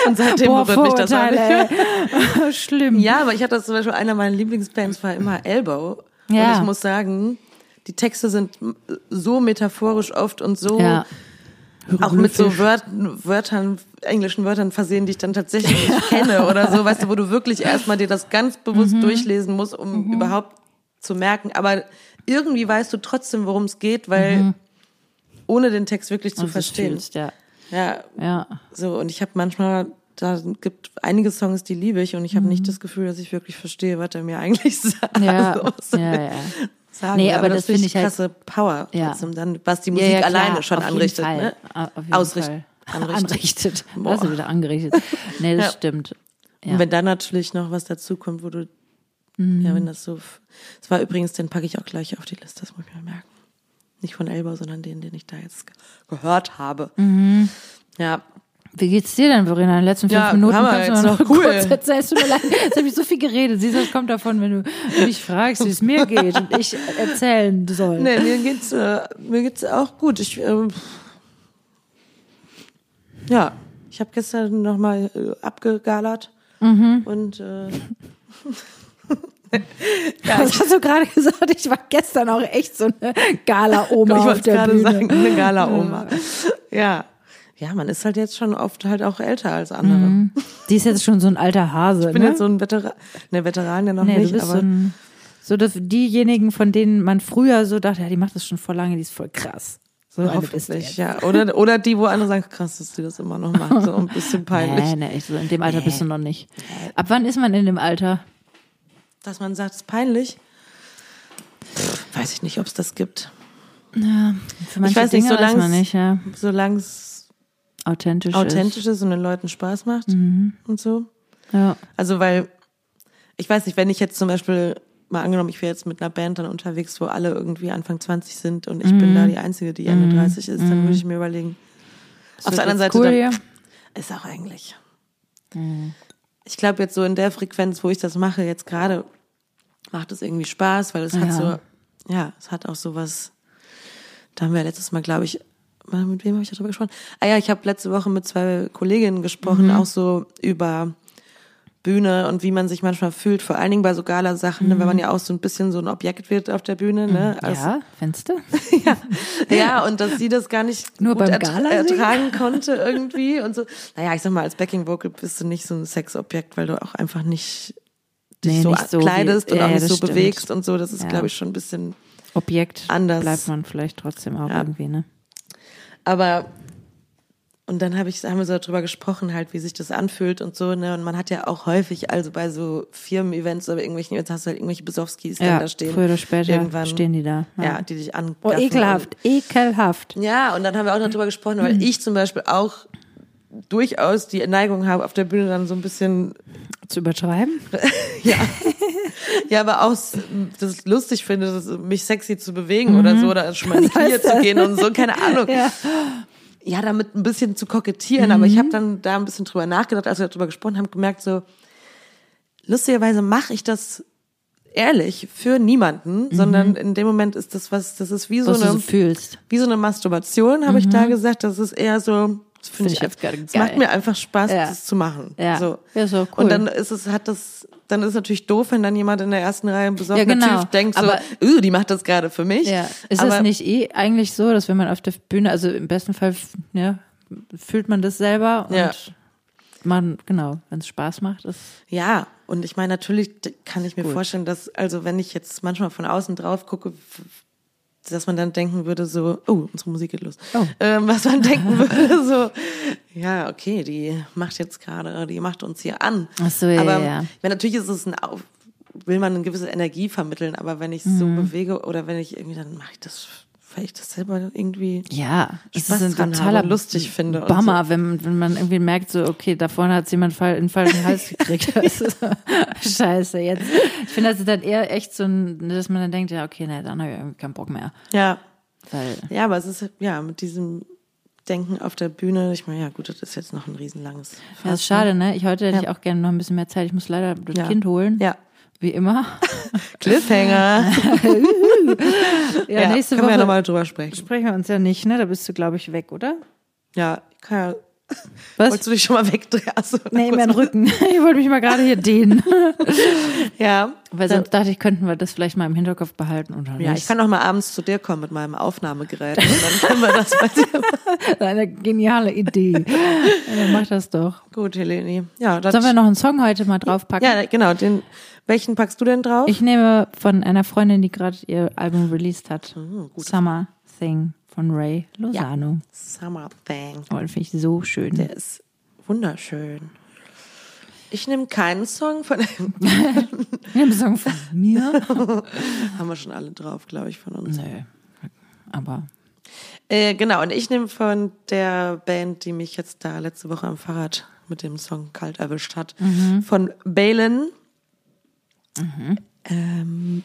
B: und seitdem berührt mich das auch nicht.
A: Vorurteile, ey. Schlimm.
B: Ja, aber ich hatte das zum Beispiel, einer meiner Lieblingsbands war immer Elbow.
A: Ja.
B: Und ich muss sagen, die Texte sind so metaphorisch oft und so
A: Ja.
B: auch mit so Wörtern, Wörtern, englischen Wörtern versehen, die ich dann tatsächlich nicht kenne oder so, weißt du, wo du wirklich erstmal dir das ganz
A: Mhm.
B: bewusst durchlesen musst, um überhaupt zu merken. Aber irgendwie weißt du trotzdem, worum es geht, weil ohne den Text wirklich zu
A: Mhm. Und du
B: verstehen.
A: fühlst, Ja.
B: Ja,
A: ja.
B: so, und ich habe manchmal, da gibt einige Songs, die liebe ich und ich habe
A: Mhm.
B: nicht das Gefühl, dass ich wirklich verstehe, was er mir eigentlich sagt.
A: Ja,
B: Also, was
A: ja,
B: er
A: ja.
B: mir Sagen.
A: Nee,
B: will.
A: aber das
B: finde
A: find ich halt-
B: krasse Power,
A: Ja.
B: trotzdem dann, was die
A: Ja,
B: Musik
A: ja, klar,
B: alleine schon
A: auf jeden
B: anrichtet.
A: Fall.
B: Ne?
A: Au- Auf jeden
B: Ausricht-
A: Fall.
B: anrichtet.
A: Anrichtet.
B: Boah.
A: Das ist wieder angerichtet. Nee, das
B: Ja.
A: stimmt.
B: Und wenn dann natürlich noch was dazukommt, wo du,
A: Mhm.
B: ja, wenn das so, f- das war übrigens, den packe ich auch gleich auf die Liste, das muss ich mir merken.
A: Mhm.
B: Nicht von Elba, sondern den, den ich da jetzt ge- gehört habe. Ja,
A: Wie geht's dir denn, Verena? In den letzten fünf
B: Ja,
A: Minuten
B: Hammer,
A: kannst du
B: jetzt
A: noch
B: noch cool.
A: kurz erzählen. Es tut mir leid, jetzt habe ich so viel geredet. Siehst du, es kommt davon, wenn du mich fragst, wie es mir geht und ich erzählen soll.
B: Nee, mir geht's, äh, mir geht's auch gut. Ich, ähm, ja, ich habe gestern nochmal äh, abgegalert
A: Mhm.
B: und äh,
A: Was hast du gerade gesagt? Ich war gestern auch echt so eine
B: ich
A: Gala-Oma auf
B: wollte
A: der
B: gerade
A: Bühne.
B: sagen, eine Gala-Oma. Ja. ja, man ist halt jetzt schon oft halt auch älter als andere.
A: Die ist jetzt schon so ein alter Hase.
B: Ich bin
A: Mhm. ne?
B: jetzt so ein Veteran, ne, Veteran ja noch
A: nee,
B: nicht,
A: du bist so
B: aber
A: ein, so dass diejenigen, von denen man früher so dachte, ja, die macht das schon vor lange, die ist voll krass. So eine bist du jetzt.
B: hoffentlich, ja. Oder, oder die, wo andere sagen, krass, dass die das immer noch macht, so ein bisschen peinlich.
A: Nee, nee, ich- so in dem Alter bist du noch nicht. Ab wann ist man in dem Alter?
B: Dass man sagt, es ist peinlich. Pff, weiß ich nicht, ob es das gibt.
A: Ja, für manche
B: weiß nicht,
A: Dinge
B: solange
A: weiß man
B: es-
A: nicht, ja.
B: Solange es
A: Authentisch,
B: authentisch ist und den Leuten Spaß macht
A: Mhm.
B: und so.
A: ist. Ja.
B: Also, weil, ich weiß nicht, wenn ich jetzt zum Beispiel mal angenommen, ich wäre jetzt mit einer Band dann unterwegs, wo alle irgendwie Anfang 20 sind und ich bin
A: Mhm.
B: da die Einzige, die Ende 30 ist, dann würde ich mir überlegen,
A: Ist
B: auf
A: Mhm. das
B: der anderen
A: jetzt
B: Seite
A: cool
B: dann,
A: hier?
B: Ist auch eigentlich.
A: Mhm.
B: Ich glaube, jetzt so in der Frequenz, wo ich das mache, jetzt gerade, macht es irgendwie Spaß, weil es hat
A: Ja.
B: so, ja, es hat auch sowas. Da haben wir letztes Mal, glaube ich, mal mit wem habe ich darüber gesprochen? Ah ja, ich habe letzte Woche mit zwei Kolleginnen
A: Mhm.
B: gesprochen, auch so über Bühne und wie man sich manchmal fühlt, vor allen Dingen bei so Gala-Sachen, ne, wenn man ja auch so ein bisschen so ein Objekt wird auf der Bühne, ne? als-
A: Mhm. Ja, Fenster?
B: ja, und dass sie das gar nicht
A: Nur
B: gut
A: beim
B: ertra-
A: Gala singen?
B: ertragen konnte irgendwie und so. Naja, ich sag mal, als Backing Vocal bist du nicht so ein Sexobjekt, weil du auch einfach nicht dich
A: Nee,
B: so
A: nicht so wie-
B: kleidest und
A: Ja,
B: auch
A: ja,
B: nicht
A: das
B: so
A: stimmt.
B: bewegst und so. Das ist,
A: Ja.
B: glaube ich, schon ein bisschen.
A: Objekt
B: Anders.
A: bleibt man vielleicht trotzdem auch
B: Ja.
A: irgendwie, ne?
B: Aber und dann habe ich, haben wir so darüber gesprochen, halt, wie sich das anfühlt und so, ne? Und man hat ja auch häufig, also bei so Firmen-Events oder irgendwelchen Events hast du halt irgendwelche Besowskis dann
A: Ja,
B: da stehen.
A: früher oder später
B: Irgendwann.
A: stehen die da.
B: ja. die dich angaffen.
A: Oh, ekelhaft, ekelhaft.
B: Ja, und dann haben wir auch noch drüber gesprochen, weil ich zum Beispiel auch durchaus die Neigung habe, auf der Bühne dann so ein bisschen,
A: Zu übertreiben?
B: ja, aber auch s- das lustig finde, das, mich sexy zu bewegen oder so, oder schon mal ins Knie zu gehen und so, keine Ahnung. Ja,
A: Ja.
B: damit ein bisschen zu kokettieren, aber ich habe dann da ein bisschen drüber nachgedacht, als wir drüber gesprochen haben, gemerkt so, lustigerweise mache ich das ehrlich für niemanden, sondern in dem Moment ist das was, das ist wie so
A: Was
B: eine
A: du so fühlst.
B: wie so eine Masturbation, habe ich da gesagt. Das ist eher so, das
A: Find
B: finde
A: Mhm. ich
B: ich
A: jetzt
B: jetzt
A: gerade
B: Es
A: geil.
B: macht mir einfach Spaß,
A: Ja.
B: das zu machen.
A: Ja.
B: So.
A: Ja, ist auch cool.
B: Und dann ist es, hat das, dann ist es natürlich doof, wenn dann jemand in der ersten Reihe besorgt
A: Ja, genau.
B: natürlich denkt so,
A: Aber-
B: "Üh, die macht das gerade für mich.
A: Ja. Ist
B: Aber
A: es nicht eh eigentlich so, dass wenn man auf der Bühne, also im besten Fall f- ja, fühlt man das selber und
B: Ja.
A: man, genau, wenn es Spaß macht, ist
B: Ja, und ich meine, natürlich d- kann ich mir vorstellen, dass, also wenn ich jetzt manchmal von außen drauf gucke, f- dass man dann denken würde, so, oh, unsere Musik geht los.
A: Oh.
B: Ähm, was man denken würde, so, ja, okay, die macht jetzt gerade, die macht uns hier an.
A: Ach so, ja,
B: aber
A: ja, ja.
B: Wenn, natürlich ist es ein Auf, will man eine gewisse Energie vermitteln, aber wenn ich es
A: Mhm.
B: so bewege oder wenn ich irgendwie, dann mache ich das, weil ich das selber irgendwie.
A: ja, es
B: Spaß
A: ist ein
B: dran habe
A: totaler
B: und lustig finde und
A: Bummer, wenn, wenn man irgendwie merkt, so, okay, da vorne hat jemand Fall, einen falschen Hals gekriegt. Das ist so, Scheiße, jetzt. Ich finde, das ist dann eher echt so, ein, dass man dann denkt, ja, okay, ne, dann habe ich irgendwie keinen Bock mehr.
B: Ja.
A: Weil,
B: Ja, aber es ist, ja, mit diesem Denken auf der Bühne, ich meine, ja, gut, das ist jetzt noch ein riesenlanges.
A: ja,
B: Fass,
A: ist schade, ne? Ich heute hätte
B: Ja.
A: ich auch gerne noch ein bisschen mehr Zeit. Ich muss leider das
B: Ja.
A: Kind holen.
B: Ja.
A: Wie immer.
B: Cliffhanger.
A: Ja, nächste
B: können
A: Woche
B: wir ja nochmal drüber sprechen.
A: sprechen wir uns ja nicht, ne? Da bist du, glaube ich, weg, oder?
B: Ja, kann ja.
A: Was?
B: Wolltest du dich schon mal wegdrehen? Achso,
A: Nee, mein Rücken. Ich wollte mich mal gerade hier dehnen.
B: Ja.
A: Weil sonst dachte ich, könnten wir das vielleicht mal im Hinterkopf behalten. Oder
B: Ja, ich kann auch mal abends zu dir kommen mit meinem Aufnahmegerät. Und dann können wir das bei dir.
A: Eine geniale Idee. Ja, dann mach das doch.
B: Gut, Helene. Ja, das,
A: Sollen wir noch einen Song heute mal draufpacken?
B: ja, genau. Den, welchen packst du denn drauf?
A: Ich nehme von einer Freundin, die gerade ihr Album released hat. Summer Thing von Ray Lozano.
B: Summer Thing.
A: Oh, den finde ich so schön.
B: Der ist wunderschön. Ich nehme keinen Song von
A: Ich nehme einen Song von mir.
B: Haben wir schon alle drauf, glaube ich, von uns.
A: Nö. Aber
B: Äh, genau, und ich nehme von der Band, die mich jetzt da letzte Woche am Fahrrad mit dem Song kalt erwischt hat, von Balen. Ähm,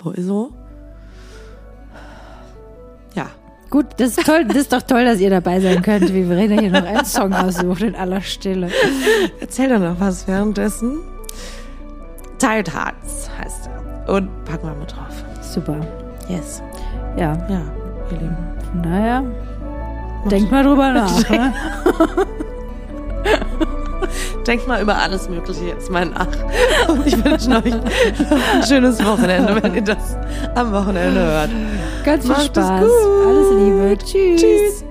B: wo ist er? Ja,
A: Gut, das ist toll, das ist doch toll, dass ihr dabei sein könnt, wie Verena hier noch einen Song aussucht in aller Stille.
B: Erzähl doch noch was währenddessen. Tired Hearts heißt er. Und packen wir mal drauf.
A: Super.
B: Yes.
C: Ja,
B: Ja, ihr Lieben.
C: von daher, denkt mal drüber nach. ne?
B: Denkt mal über alles Mögliche jetzt mal nach. Und ich wünsche euch ein schönes Wochenende, wenn ihr das am Wochenende hört.
A: Ganz viel
B: Macht es
A: Spaß.
B: gut.
A: Alles Liebe. Tschüss.
B: Tschüss.